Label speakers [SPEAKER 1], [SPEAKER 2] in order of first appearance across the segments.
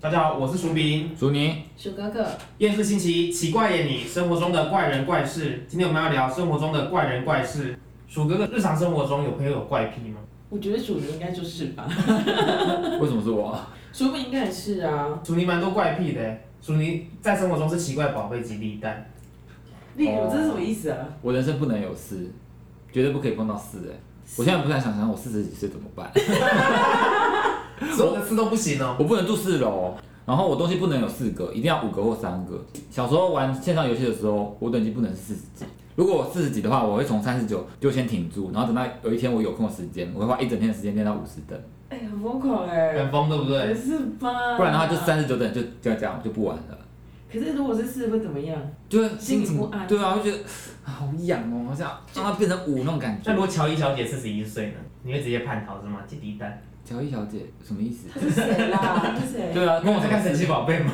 [SPEAKER 1] 大家好，我是薯饼，
[SPEAKER 2] 苏宁，
[SPEAKER 3] 鼠哥哥，
[SPEAKER 1] 厌世星期奇怪耶你生活中的怪人怪事。今天我们要聊生活中的怪人怪事。鼠哥哥，日常生活中有朋友有怪癖吗？
[SPEAKER 3] 我觉得主人应该就是吧，
[SPEAKER 2] 为什么是我？
[SPEAKER 3] 说不定应该也是啊。
[SPEAKER 1] 鼠尼蛮多怪癖的耶，鼠尼在生活中是奇怪宝贝及立蛋。
[SPEAKER 3] 例如
[SPEAKER 2] 哦，
[SPEAKER 3] 这是什么意思啊？
[SPEAKER 2] 我人生不能有事，绝对不可以碰到事哎、我现在不敢想象我四十几岁怎么办，
[SPEAKER 1] 所有的事都不行哦、
[SPEAKER 2] 我不能住四楼，然后我东西不能有四个，一定要五个或三个。小时候玩线上游戏的时候，我等级不能是四十级。如果我四十级的话，我会从三十九就先停住，然后等到有一天我有空的时间，我会花一整天的时间练到五十等，
[SPEAKER 3] 哎、很疯狂哎、
[SPEAKER 1] 很疯对不
[SPEAKER 3] 不
[SPEAKER 1] 对？
[SPEAKER 3] 是吧？
[SPEAKER 2] 不然的话就。三十九等就就这样我就不玩了，
[SPEAKER 3] 可是如果是四会怎么样？
[SPEAKER 2] 就会
[SPEAKER 3] 心里
[SPEAKER 2] 情
[SPEAKER 3] 不安
[SPEAKER 2] 对啊，会觉得 啊好痒哦，好想让它变成五那种感
[SPEAKER 1] 那
[SPEAKER 2] 觉
[SPEAKER 1] 如。果乔伊小姐四十一岁呢？你会直接叛逃是吗？姐弟蛋？
[SPEAKER 2] 乔伊小姐什么意思？
[SPEAKER 3] 他是谁啦？他 是谁？
[SPEAKER 2] 对啊，
[SPEAKER 1] 那
[SPEAKER 2] 跟
[SPEAKER 1] 我
[SPEAKER 2] 我
[SPEAKER 1] 在
[SPEAKER 2] 在
[SPEAKER 1] 看
[SPEAKER 2] 看
[SPEAKER 1] 神
[SPEAKER 2] 神
[SPEAKER 1] 奇宝贝吗？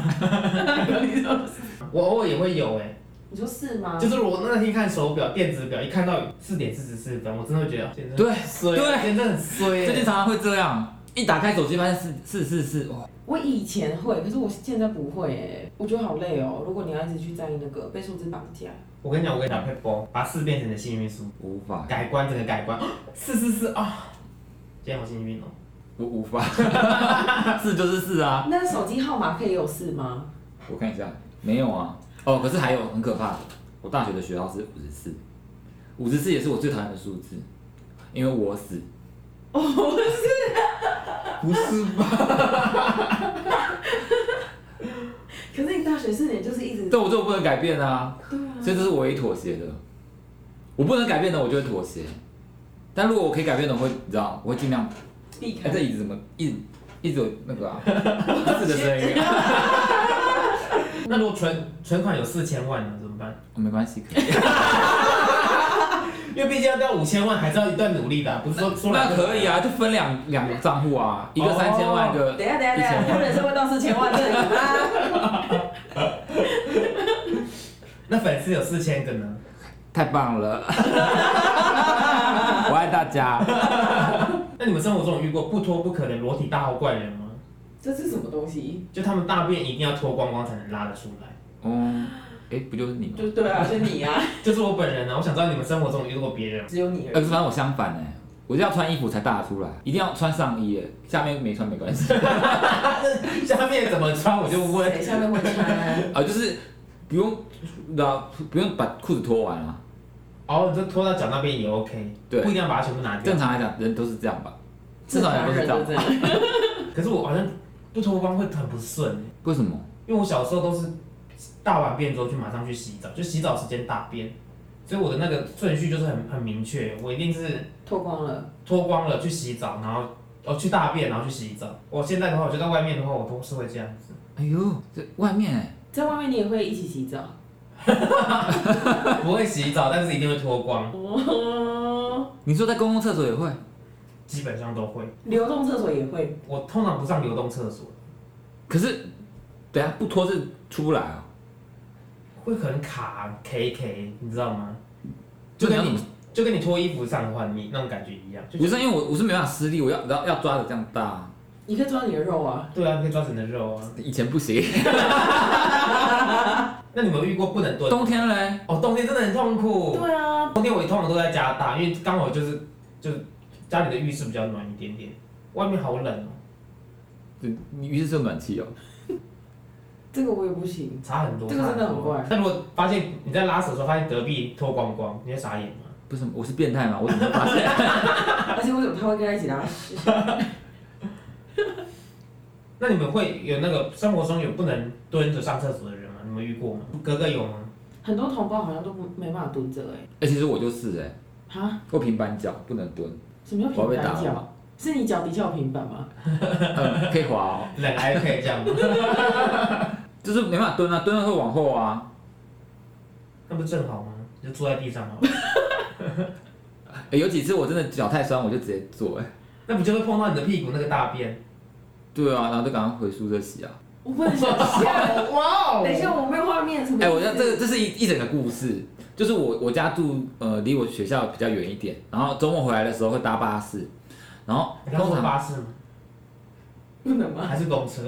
[SPEAKER 3] 你说是
[SPEAKER 1] 我偶尔也会有哎、
[SPEAKER 3] 你说是吗？
[SPEAKER 1] 就是我那天看手表电子表，一看到四点四十四分，我真的会觉得哦简直
[SPEAKER 2] 对
[SPEAKER 1] 衰，
[SPEAKER 2] 对
[SPEAKER 1] 简直很衰耶。
[SPEAKER 2] 最近常常会这样，一打开手机发现是是是是，哇，
[SPEAKER 3] 我以前会，可是我现在不会哎、我觉得好累哦、如果你要一直去在意那个被数字绑架，
[SPEAKER 1] 我跟你讲，我跟你讲，配波把四变成你的幸运数，
[SPEAKER 2] 无法，
[SPEAKER 1] 改观整个改观， 四四四啊！今天好幸运哦，
[SPEAKER 2] 我无法， 是就是是啊，
[SPEAKER 3] 那手机号码可以有四吗？
[SPEAKER 2] 我看一下，没有啊，哦，可是还有很可怕的，我大学的学号是五十四，五十四也是我最讨厌的数字，因为我死，
[SPEAKER 3] 哦
[SPEAKER 1] 不是 吧？
[SPEAKER 3] 可是你大学四年就是一直
[SPEAKER 2] 但我这我不能改变啊，所以这是我唯一妥协的，我不能改变的我就会妥协，但如果我可以改变的，我会你知道，我会尽量，
[SPEAKER 3] 避开
[SPEAKER 2] 哎，这椅子怎么一直一直有那个啊，是的声音啊，
[SPEAKER 1] 那如果存存款有四千万呢，怎么办？
[SPEAKER 2] 哦没关系，可以。
[SPEAKER 1] 因为毕竟要到五千万，还是要一段努力的啊、不是说说来
[SPEAKER 2] 那
[SPEAKER 1] 就
[SPEAKER 2] 可以。啊，就分两两个账户啊，一个
[SPEAKER 1] 哦
[SPEAKER 2] 三千万，一个
[SPEAKER 3] 等一下，等一下，
[SPEAKER 2] 一
[SPEAKER 3] 等一下，
[SPEAKER 2] 千
[SPEAKER 3] 他
[SPEAKER 2] 万。
[SPEAKER 3] 人生会到四千万这里吗？
[SPEAKER 1] 那粉丝有四千个呢？
[SPEAKER 2] 太棒了， 我爱大家。
[SPEAKER 1] 那你们生活中有遇过不脱不可的裸体大号怪人吗？
[SPEAKER 3] 这是什么东西？
[SPEAKER 1] 就他们大便一定要脱光光才能拉得出来。
[SPEAKER 2] 嗯，哎，不就是你吗？
[SPEAKER 3] 就对啊，就你啊，
[SPEAKER 1] 就是我本人啊，我想知道你们生活中有遇过别人吗。
[SPEAKER 3] 只有你
[SPEAKER 2] 呃，
[SPEAKER 3] 而
[SPEAKER 2] 可
[SPEAKER 3] 已
[SPEAKER 2] 是。反正我相反哎，我就要穿衣服才大得出来，一定要穿上衣耶，下面没穿没关 系。
[SPEAKER 1] 下面怎么穿我就问。
[SPEAKER 3] 下面会 穿？
[SPEAKER 2] 啊，就是不用，那不用把裤子脱完啊。
[SPEAKER 1] 哦，你就脱到脚那边也 OK，
[SPEAKER 2] 对
[SPEAKER 1] 不一定要把它全部拿掉
[SPEAKER 2] 正。常来讲，人都是这样吧，正常人都是这样。
[SPEAKER 3] 样。
[SPEAKER 1] 可是我好像不脱光会很不顺欸、
[SPEAKER 2] 为什么？
[SPEAKER 1] 因为我小时候都是大完便之后就马上去洗澡，就洗澡时间大便，所以我的那个顺序就是很很明确，我一定是
[SPEAKER 3] 脱光了，
[SPEAKER 1] 脱光了去洗澡，然后哦去大便，然后去洗澡。我现在的话，我就在外面的话，我都是会这样 子。
[SPEAKER 2] 哎呦，这外面哎，
[SPEAKER 3] 在外面你也会一起洗澡。
[SPEAKER 1] 不会洗澡，但是一定会脱光，
[SPEAKER 3] 哦，
[SPEAKER 2] 你说在公共厕所也会？
[SPEAKER 1] 基本上都会。
[SPEAKER 3] 流动厕所也会，
[SPEAKER 1] 我通常不上流动厕所，
[SPEAKER 2] 可是，等一下不脱是出不来啊。
[SPEAKER 1] 会可能卡 K K，你知道吗？
[SPEAKER 2] 就
[SPEAKER 1] 就
[SPEAKER 2] 跟
[SPEAKER 1] 跟
[SPEAKER 2] 你
[SPEAKER 1] 你就跟你脱衣服上换你那种感觉一样。就
[SPEAKER 2] 不是因为我我是没办法施力，我要要要抓着这样搭，
[SPEAKER 3] 你可以抓你的肉啊。
[SPEAKER 1] 对啊，可以抓成的肉啊。
[SPEAKER 2] 以前不行。
[SPEAKER 1] 那你们有遇过不能蹲？
[SPEAKER 2] 冬天嘞，
[SPEAKER 1] 哦，冬天真的很痛苦。
[SPEAKER 3] 对啊，
[SPEAKER 1] 冬天我通常都在家搭，因为刚好就是就是家里的浴室比较暖一点点，外面好冷哦，
[SPEAKER 2] 你你浴室是有暖气哦。
[SPEAKER 3] 这个我也不行。
[SPEAKER 1] 差很多。
[SPEAKER 3] 这个真的很
[SPEAKER 1] 多
[SPEAKER 3] 怪
[SPEAKER 1] 那如果发现你在拉屎的时候发现隔壁脱光光，你会傻眼吗？
[SPEAKER 2] 不是，我是变态吗？我怎么会发现？
[SPEAKER 3] 而且为什么他会跟他一起拉屎？
[SPEAKER 1] 那你们会有那个生活中有不能蹲着上厕所的人吗？你们遇过吗？哥哥有吗？
[SPEAKER 3] 很多同胞好像都不没办法蹲着哎、
[SPEAKER 2] 哎、其实我就是哎、
[SPEAKER 3] 哈，
[SPEAKER 2] 我平板脚不能蹲，
[SPEAKER 3] 什么
[SPEAKER 2] 我
[SPEAKER 3] 叫
[SPEAKER 2] 要被
[SPEAKER 3] 平
[SPEAKER 2] 打
[SPEAKER 3] 板脚？是你脚底下有平板吗？
[SPEAKER 2] 嗯，可以滑哦，
[SPEAKER 1] 冷还可以这样吗？
[SPEAKER 2] 就是没办法蹲啊，蹲了会往后啊。
[SPEAKER 1] 那不是正好吗？就坐在地上好了，
[SPEAKER 2] 哎，有几次我真的脚太酸，我就直接坐哎、
[SPEAKER 1] 那不就会碰到你的屁股那个大便？
[SPEAKER 2] 对啊，然后就赶快回宿舍洗啊。
[SPEAKER 3] 我不能想 象。
[SPEAKER 1] 哇
[SPEAKER 3] 哦
[SPEAKER 1] 哦
[SPEAKER 3] 等一下，我没有画面，什么意思？
[SPEAKER 2] 哦哎、我要这个这是一一整个故事，就是我我家住呃离我学校比较远一点，然后周末回来的时候会搭巴士，然后
[SPEAKER 1] 你
[SPEAKER 2] 通
[SPEAKER 1] 刚说
[SPEAKER 2] 常
[SPEAKER 1] 巴士吗？
[SPEAKER 3] 不能吗？
[SPEAKER 1] 还是公车？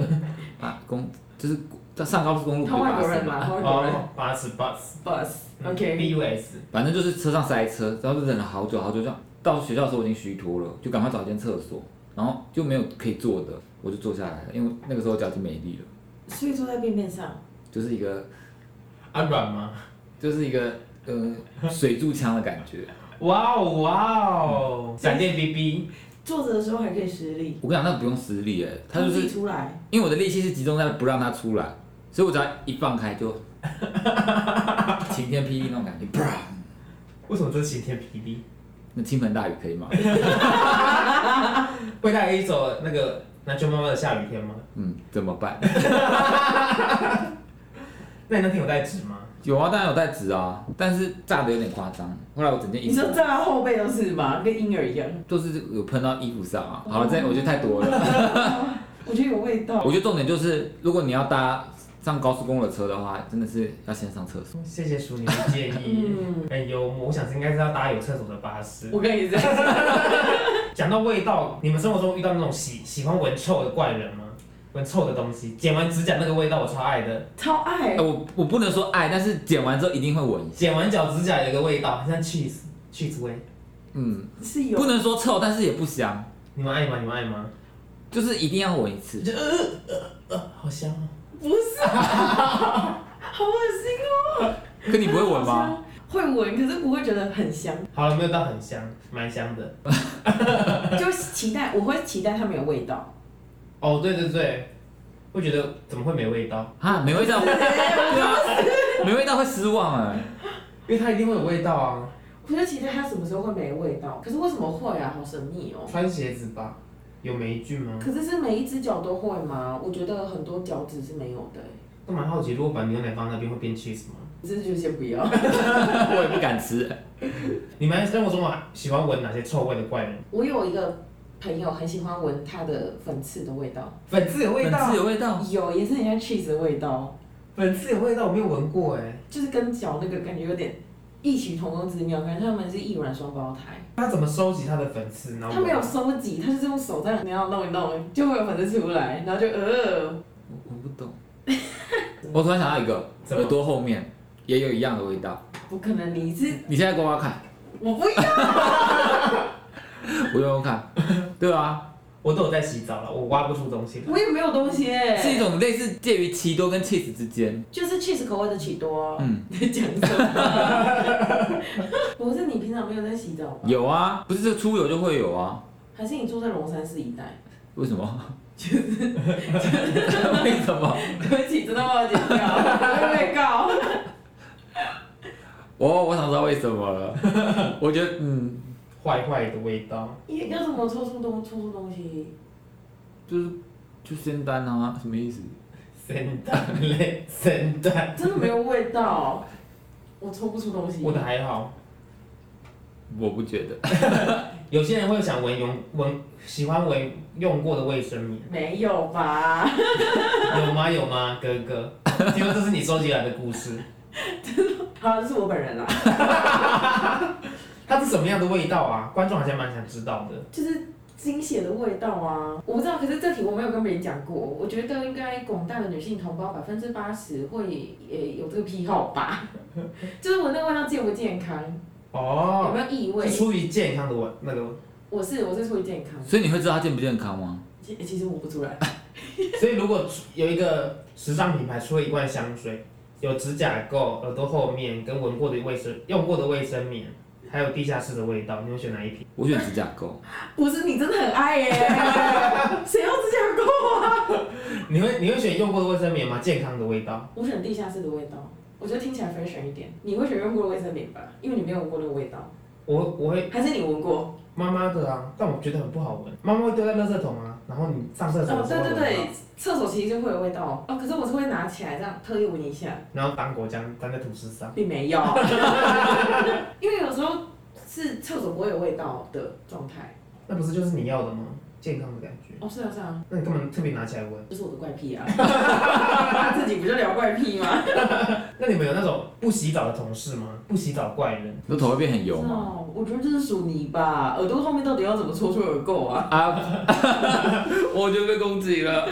[SPEAKER 2] 啊，公就是在上高速公路不啊
[SPEAKER 3] 他
[SPEAKER 2] 是巴
[SPEAKER 3] 外国
[SPEAKER 2] 士
[SPEAKER 3] 人嘛，
[SPEAKER 2] 嘛，
[SPEAKER 3] 他外国人
[SPEAKER 1] 哦，巴士 bus
[SPEAKER 3] ，bus，OK，
[SPEAKER 1] B U S，
[SPEAKER 2] 反正就是车上塞车，然后就忍了好久好久，这样到学校的时候我已经虚脱了，就赶快找一间厕所，然后就没有可以坐的，我就坐下来了，因为那个时候脚已经没力了，
[SPEAKER 3] 所以坐在便便上，
[SPEAKER 2] 就是一个
[SPEAKER 1] 啊软吗？
[SPEAKER 2] 就是一个呃水柱枪的感觉。
[SPEAKER 1] 哇哦哇哦，闪电 B B，
[SPEAKER 3] 坐着的时候还可以施力，
[SPEAKER 2] 我跟你讲，那个不用施力哎、它就
[SPEAKER 3] 自
[SPEAKER 2] 是
[SPEAKER 3] 己出来，
[SPEAKER 2] 因为我的力气是集中在不让它出来，所以我只要一放开就 晴天霹雳那种感觉，啪！
[SPEAKER 1] 为什么这是晴天 P B？
[SPEAKER 2] 那倾盆大雨可以吗？
[SPEAKER 1] 会带一首那个篮球妈妈的下雨天吗？
[SPEAKER 2] 嗯，怎么办？
[SPEAKER 1] 那你那天有带纸吗？
[SPEAKER 2] 有啊，当然有带纸啊，但是炸的有点夸张。后来我整件衣
[SPEAKER 3] 你
[SPEAKER 2] 服
[SPEAKER 3] 说站到后背都是吗？跟婴儿一样，
[SPEAKER 2] 都是有喷到衣服上啊。
[SPEAKER 1] 哦
[SPEAKER 2] 好了，这我觉得太多了。
[SPEAKER 3] 我觉得有味道。
[SPEAKER 2] 我觉得重点就是，如果你要搭上高速公路的车的话，真的是要先上厕所。
[SPEAKER 1] 谢谢淑女的建议，
[SPEAKER 3] 嗯，
[SPEAKER 1] 很幽默。我想是应该是要搭有厕所的巴士。
[SPEAKER 3] 我跟你这样，
[SPEAKER 1] 讲到味道，你们生活中遇到那种喜喜欢闻臭的怪人吗？闻臭的东西，剪完指甲那个味道我超爱的，
[SPEAKER 3] 超爱
[SPEAKER 2] 哎、。我我不能说爱，但是剪完之后一定会闻一下。
[SPEAKER 1] 剪完脚指甲有个味道，很像 cheese cheese 味。
[SPEAKER 2] 嗯，
[SPEAKER 3] 是有
[SPEAKER 2] 不能说臭，但是也不香，
[SPEAKER 1] 你们爱吗？你们爱吗？呃
[SPEAKER 2] 就是一定要闻一次。
[SPEAKER 1] 好香哦！
[SPEAKER 3] 不是、啊 好恶心哦！
[SPEAKER 2] 可你不会 闻吗？？
[SPEAKER 3] 会闻，可是不会觉得很香，
[SPEAKER 1] 好了，没有到很香，蛮香的。
[SPEAKER 3] 就期待我会期待它没有味道。
[SPEAKER 1] 哦，对对对，会觉得怎么会没味道？
[SPEAKER 2] 啊，没味道，对啊，没味道会失望哎、
[SPEAKER 1] 因为它一定会有味道啊。
[SPEAKER 3] 我就期待它什么时候会没味道，可是为什么会啊？好神秘哦！
[SPEAKER 1] 穿鞋子吧，有霉菌吗？
[SPEAKER 3] 可是是每一只脚都会吗？我觉得很多脚趾是没有的、欸，
[SPEAKER 1] 我蛮好奇，如果把牛奶放那边会变 cheese 吗？
[SPEAKER 3] 这就先不要。
[SPEAKER 2] 我也不敢吃。
[SPEAKER 1] 你们生活中啊喜欢闻哪些臭味的怪人？
[SPEAKER 3] 我有一个朋友很喜欢闻它的粉刺的味道，
[SPEAKER 1] 粉刺有味
[SPEAKER 2] 粉
[SPEAKER 1] 道
[SPEAKER 2] 刺，有味道，
[SPEAKER 3] 有也是很像 cheese 的味道，
[SPEAKER 1] 粉刺有味道，我没有闻过哎。
[SPEAKER 3] 就是跟脚那个感觉有点异曲同工之妙，感觉他们是异卵双胞胎。
[SPEAKER 1] 他怎么收集他的粉刺？然后
[SPEAKER 3] 他没有收集，他就是用手这样，你要弄一弄，就会有粉刺出来，然后就呃，
[SPEAKER 2] 我我不 懂。我突然想到一个，
[SPEAKER 1] 怎么
[SPEAKER 2] 耳朵后面也有一样的味道。
[SPEAKER 3] 不可能，你是
[SPEAKER 2] 你现在给我看，
[SPEAKER 3] 我不要，
[SPEAKER 2] 我用用 看，对啊，
[SPEAKER 1] 我都有在洗澡了，我挖不出东西了。
[SPEAKER 3] 我也没有东西 哎、
[SPEAKER 2] 是一种类似介于奇多跟 cheese 之间。
[SPEAKER 3] 就是 cheese 口味的奇多，
[SPEAKER 2] 嗯，
[SPEAKER 3] 你在讲什么？ 不是你平常没有在洗澡吧？，
[SPEAKER 2] 有啊，不是这出游就会有啊？
[SPEAKER 3] 还是你住在龙山寺一带？
[SPEAKER 2] 为什么？ 为什么？
[SPEAKER 3] 对不起，真的忘了剪掉，会被告。
[SPEAKER 2] 我我想知道为什么了。我觉得嗯，
[SPEAKER 1] 坏坏的味道，
[SPEAKER 3] 你要怎么抽出东抽出东西？
[SPEAKER 2] 就是就仙丹啊，什么意思？
[SPEAKER 1] 圣诞嘞，圣诞，
[SPEAKER 3] 真的没有味道，我抽不出东西。
[SPEAKER 1] 我的还好。
[SPEAKER 2] 我不觉得。
[SPEAKER 1] 有些人会想闻用闻，喜欢闻用过的卫生棉，
[SPEAKER 3] 没有吧？
[SPEAKER 1] 有吗？有吗？哥 哥，听说这是你收集来的故事，
[SPEAKER 3] 好，这是我本人啦。
[SPEAKER 1] 它是什么样的味道啊？观众好像蛮想知道的。
[SPEAKER 3] 就是精血的味道啊！我不知道，可是这题我没有跟别人讲过。我觉得应该广大的女性同胞百分之八十会也有这个癖好吧， 就是闻那个味道健不健康，有
[SPEAKER 1] 哦，
[SPEAKER 3] 没有异味
[SPEAKER 1] 是？出于健康的闻那个，
[SPEAKER 3] 我是我是出于健康，
[SPEAKER 2] 所以你会知道它健不健康吗？
[SPEAKER 3] 其其实我不出来，
[SPEAKER 1] 所以如果有一个时尚品牌出了一罐香水，有指甲垢、耳朵后面跟闻过的卫生用过的卫生棉，还有地下室的味道，你会选哪一瓶？
[SPEAKER 2] 我选指甲垢。
[SPEAKER 3] 不是你真的很爱 耶、谁要指甲膏？
[SPEAKER 1] 你会你会选用过的卫生棉吗？健康的味道，
[SPEAKER 3] 我选地下室的味道，我觉得听起来 fashion 一点。你会选用过的卫生棉吧？因为你没有闻过那个味道，
[SPEAKER 1] 我我会
[SPEAKER 3] 还是你闻过？
[SPEAKER 1] 妈妈的啊，但我觉得很不好闻，妈妈会丢在垃圾桶啊，然后你上厕所的，
[SPEAKER 3] 哦
[SPEAKER 1] 时
[SPEAKER 3] 对
[SPEAKER 1] 候会
[SPEAKER 3] 对
[SPEAKER 1] 闻到，
[SPEAKER 3] 对，厕所其实就会有味道哦。可是我是会拿起来这样特意闻一下。
[SPEAKER 1] 然后当果酱沾在吐司上。
[SPEAKER 3] 并 没有，因为有时候是厕所不会有味道的状态。
[SPEAKER 1] 那不是就是你要的吗？健康的感觉。
[SPEAKER 3] 哦，是啊是啊，
[SPEAKER 1] 那你干嘛特别拿起来闻？
[SPEAKER 3] 这是我的怪癖 啊，他自己不就聊怪癖吗？
[SPEAKER 1] 那你们有那种不洗澡的同事吗？不洗澡怪人？
[SPEAKER 2] 那头会变很油吗？
[SPEAKER 3] 哦，我觉得这是属你吧，耳朵后面到底要怎么搓出耳垢啊？
[SPEAKER 2] 啊， 我就被攻击了。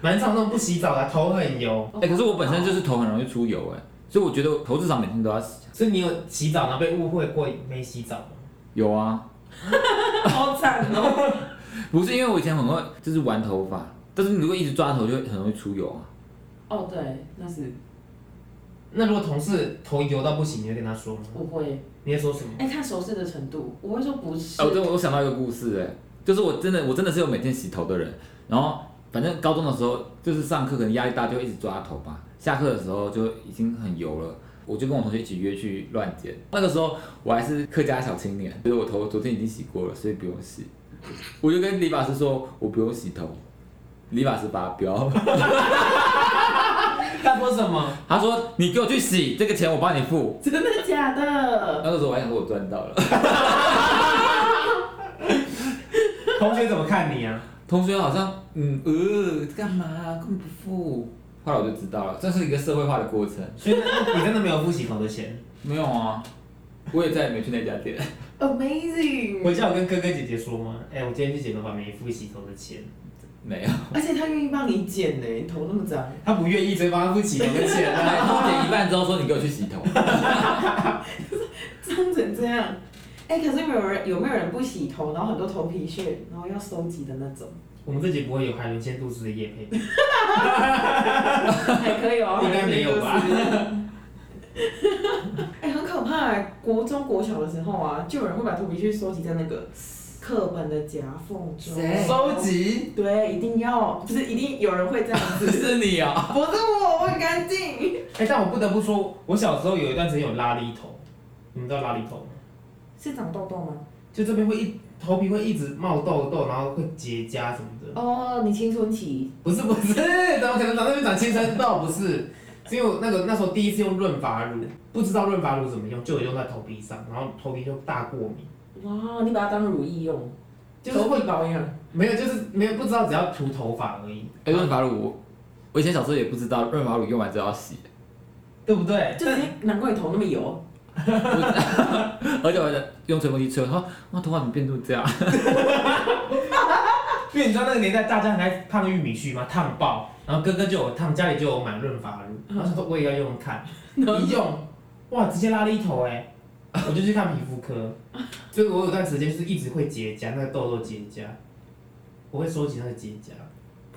[SPEAKER 1] 蛮常那种不洗澡的啊，头很油。
[SPEAKER 2] 哎、可是我本身就是头很容易出油哎、所以我觉得头至少每天都要洗。
[SPEAKER 1] 所以你有洗澡然后被误会过没洗澡吗？
[SPEAKER 2] 有啊，
[SPEAKER 3] 好惨哦。
[SPEAKER 2] 不是因为我以前很会就是玩头发，但是你如果一直抓头就会很容易出油啊。
[SPEAKER 3] 哦，对，那是
[SPEAKER 1] 那如果同事头油到不行，你会跟他说吗？
[SPEAKER 3] 我会，
[SPEAKER 1] 你会说什么？
[SPEAKER 3] 哎，看手势的程度，我会说不是
[SPEAKER 2] 哦，对，我想到一个故事哎、就是我真的我真的是有每天洗头的人，然后反正高中的时候就是上课可能压力大就一直抓头发，下课的时候就已经很油了。我就跟我同学一起约去乱剪，那个时候我还是客家小青年，就是我头昨天已经洗过了，所以不用洗。我就跟理发师说我不用洗头，理发师发飙，
[SPEAKER 1] 他说什么？
[SPEAKER 2] 他说你给我去洗，这个钱我帮你付。
[SPEAKER 3] 真的假的？
[SPEAKER 2] 那个时候我还想说我赚到了，
[SPEAKER 1] 同学怎么看你啊？
[SPEAKER 2] 同学好像嗯呃干嘛根本不付，后来我就知道了，这是一个社会化的过程。
[SPEAKER 1] 所以那你真的没有付洗头的钱？
[SPEAKER 2] 没有啊，我也再也没去那家店。
[SPEAKER 3] Amazing！
[SPEAKER 1] 回家我跟哥哥姐姐说吗？哎、我今天去剪头发没付洗头的钱，
[SPEAKER 2] 没有，
[SPEAKER 3] 而且他愿意帮你剪呢、头那么脏，
[SPEAKER 1] 他不愿意，所以帮他付洗头的钱啊。
[SPEAKER 2] 然后点一半之后说你给我去 洗头，
[SPEAKER 3] 脏成这样。哎、可是有没有人有没有人不洗头，然后很多头皮屑，然后要收集的那种？
[SPEAKER 1] 我们这集不会有海伦仙度丝的夜配，
[SPEAKER 3] 还可以哦、
[SPEAKER 1] 应该没有吧？
[SPEAKER 3] 哎、很可怕、欸！国中、国小的时候啊，就有人会把头皮屑收集在那个课本的夹缝中。
[SPEAKER 2] 谁
[SPEAKER 1] 收集
[SPEAKER 3] 对，一定要，就是一定有人会这样子。
[SPEAKER 2] 是你啊、
[SPEAKER 3] 不是我，我很干净。
[SPEAKER 1] 哎、但我不得不说，我小时候有一段时间有拉力头，你们知道拉力头吗？
[SPEAKER 3] 是长痘痘吗？
[SPEAKER 1] 就这边会一头皮会一直冒痘痘，然后会结痂什么的。
[SPEAKER 3] 哦，你青春期。
[SPEAKER 1] 不是不是，怎么可能长那边长青春痘？不是，是因为我那个那时候第一次用润发乳，不知道润发乳怎么用，就有用在头皮上，然后头皮就大过敏，
[SPEAKER 3] 哇，你把它当乳液用，
[SPEAKER 1] 就是
[SPEAKER 3] 头皮保养。
[SPEAKER 1] 没有就是没有不知道，只要涂头发而已，
[SPEAKER 2] 哎，润发乳我，我以前小时候也不知道润发乳用完之后要洗，
[SPEAKER 1] 对不对？
[SPEAKER 3] 就是难怪你头那么油。
[SPEAKER 2] 而且我还在用吹风机吹，我说哇头发怎么变成这样？
[SPEAKER 1] 因为你知道那个年代大家很爱烫玉米须嘛，烫爆，然后哥哥就有烫，家里就有买润发乳，
[SPEAKER 2] 嗯
[SPEAKER 1] 然后他说我也要用用 看，一用，哇，直接拉了一头哎、我就去看皮肤科，所以我有段时间就是一直会结痂，那个痘痘结痂，我会收集那个结痂，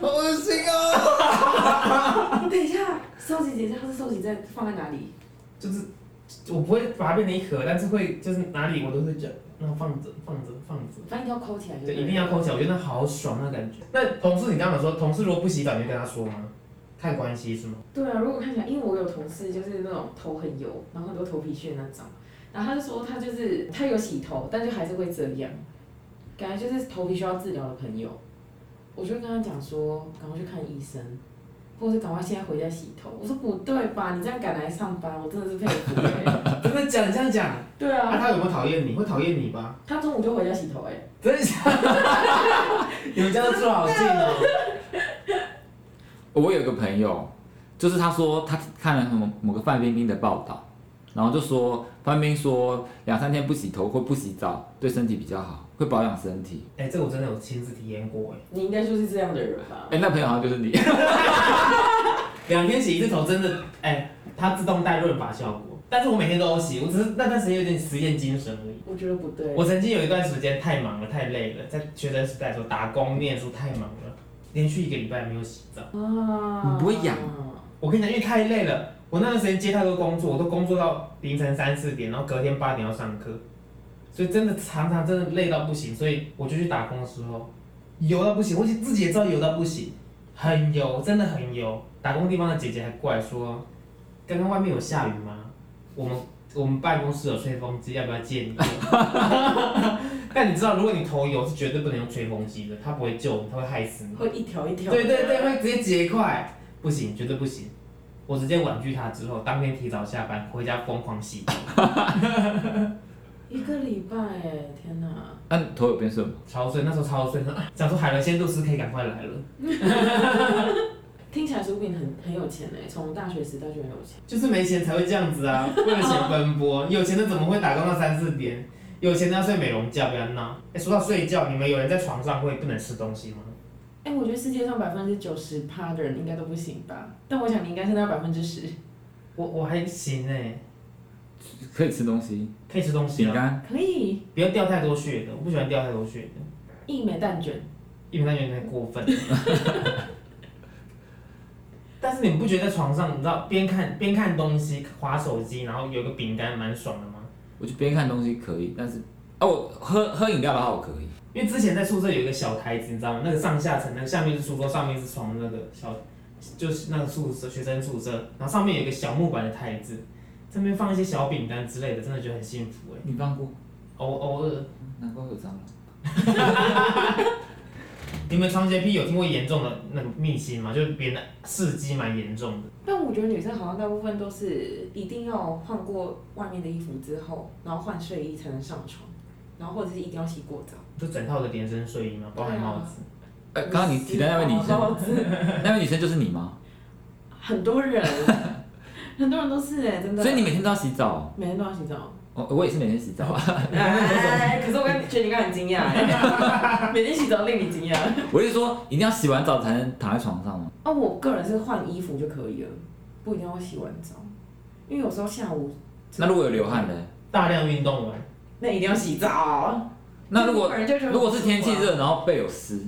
[SPEAKER 2] 好恶心啊！
[SPEAKER 3] 哦等一下，收集结痂是收集在放在哪里？
[SPEAKER 1] 就是我不会把它变成一盒，但是会就是哪里我都会这样，然后放着放着放着，
[SPEAKER 3] 反正一定要抠起来就
[SPEAKER 1] 对，
[SPEAKER 3] 对了
[SPEAKER 1] 一定要抠起来，我觉得那好爽那感觉。那同事你刚刚有说，同事如果不洗澡，你会跟他说吗？看关系是吗？
[SPEAKER 3] 对啊，如果看起来，因为我有同事就是那种头很油，然后很多头皮屑那种，然后他就说他就是他有洗头，但就还是会这样，感觉就是头皮需要治疗的朋友，我就跟他讲说，赶快去看医生，或者是赶快现在回家洗头。我说不对吧，你这样赶来上班，我真的是佩服、 欸。
[SPEAKER 1] 真的讲这样讲，
[SPEAKER 3] 对
[SPEAKER 1] 那、
[SPEAKER 3] 啊，
[SPEAKER 1] 他有没有讨厌你？会讨厌你吧？
[SPEAKER 3] 他中午就回家洗头、欸，
[SPEAKER 1] 真的假 的？你们家都住好近哦。
[SPEAKER 2] 我有一个朋友，就是他说他看了某某个范冰冰的报道，然后就说范冰冰说两三天不洗头或不洗澡对身体比较好，会保养身体。
[SPEAKER 1] 哎、这个我真的有亲自体验过哎，
[SPEAKER 3] 你应该就是这样的人吧？
[SPEAKER 2] 哎、那朋友好像就是你，
[SPEAKER 1] 两天洗一次头真的哎、它自动带润发效果，但是我每天都有洗，我只是那段时间有点实验精神而已。
[SPEAKER 3] 我觉得不对。
[SPEAKER 1] 我曾经有一段时间太忙了，太累了，在学生时代的时候打工念书太忙了，连续一个礼拜没有洗澡。
[SPEAKER 3] 啊
[SPEAKER 2] 你不会痒
[SPEAKER 1] 我跟你讲，因为太累了，我那段时间接太多工作，我都工作到凌晨三四点，然后隔天八点要上课，所以真的常常真的累到不行，所以我就去打工的时候，油到不行，我自己也知道油到不行，很油，真的很油。打工地方的姐姐还过来说，刚刚外面有下雨吗？我们我们办公室有吹风机，要不要借你用？ 但你知道，如果你头油是绝对不能用吹风机的，它不会救你，它会害死你。
[SPEAKER 3] 会一条一条。
[SPEAKER 1] 对对对，。会直接结块，不行，绝对不行。我直接婉拒他之后，当天提早下班回家疯狂洗头。
[SPEAKER 3] 一个礼拜哎，天哪！
[SPEAKER 2] 那、你头有变顺吗？
[SPEAKER 1] 超顺，那时候超顺， 啊想说海伦现在都是可以赶快来了。
[SPEAKER 3] 听起来薯饼很很有钱哎，从大学时代就很有钱。
[SPEAKER 1] 就是没钱才会这样子啊，为了钱奔波。有钱的怎么会打工到三四点？有钱的要睡美容觉，不要闹。哎、说到睡觉，你们有人在床上会不能吃东西吗？
[SPEAKER 3] 哎、我觉得世界上百分之九十趴的人应该都不行吧？但我想你应该是那百分之十。
[SPEAKER 1] 我我还行哎、
[SPEAKER 2] 可以吃东西，
[SPEAKER 1] 可以吃东西
[SPEAKER 2] 饼
[SPEAKER 1] 啊，
[SPEAKER 2] 干，
[SPEAKER 3] 可以，
[SPEAKER 1] 不要掉太多血的，我不喜欢掉太多血的，
[SPEAKER 3] 一枚蛋卷。
[SPEAKER 1] 因为那有点太过分。 但是你们不觉得在床上，你知道边看边看东西、划手机，然后有个饼干蛮爽的吗？
[SPEAKER 2] 我就边看东西可以，但是哦，我喝喝饮料的话我可以，
[SPEAKER 1] 因为之前在宿舍有一个小台子，你知道吗？那个上下层，那个下面是书桌，上面是床，那个小就是那个宿舍学生宿舍，然后上面有一个小木板的台子，这边放一些小饼干之类的，真的觉得很幸福哎。
[SPEAKER 2] 你放过，
[SPEAKER 1] 偶偶尔，
[SPEAKER 2] 难怪会有蟑螂。
[SPEAKER 1] 你们床洁癖有听过严重的那个秘辛吗？就是别人的事迹蛮严重的。
[SPEAKER 3] 但我觉得女生好像大部分都是一定要换过外面的衣服之后，然后换睡衣才能上床，然后或者是一定要洗过澡。
[SPEAKER 1] 就整套的连身睡衣嘛，包含帽子。
[SPEAKER 2] 呃，刚刚你提的那位女生，
[SPEAKER 3] 生，
[SPEAKER 2] 那位女生就是你吗？
[SPEAKER 3] 很多人，很多人都是哎、真的。
[SPEAKER 2] 所以你每天都要洗澡？
[SPEAKER 3] 每天都要洗澡？
[SPEAKER 2] 哦，我也是每天洗澡啊。
[SPEAKER 3] 哎，可是我跟觉得你刚刚很惊讶、 哎每天洗澡令你惊讶。
[SPEAKER 2] 我是说，一定要洗完澡才能躺在床上吗？
[SPEAKER 3] 哦，我个人是换衣服就可以了，不一定要洗完澡，因为有时候下午
[SPEAKER 2] 那如果有流汗呢？
[SPEAKER 1] 大量运动完，
[SPEAKER 3] 那一定要洗澡。
[SPEAKER 2] 那如果
[SPEAKER 3] 本人就觉得
[SPEAKER 2] 如果是天气
[SPEAKER 3] 不舒服啊，
[SPEAKER 2] 热，然后背有湿，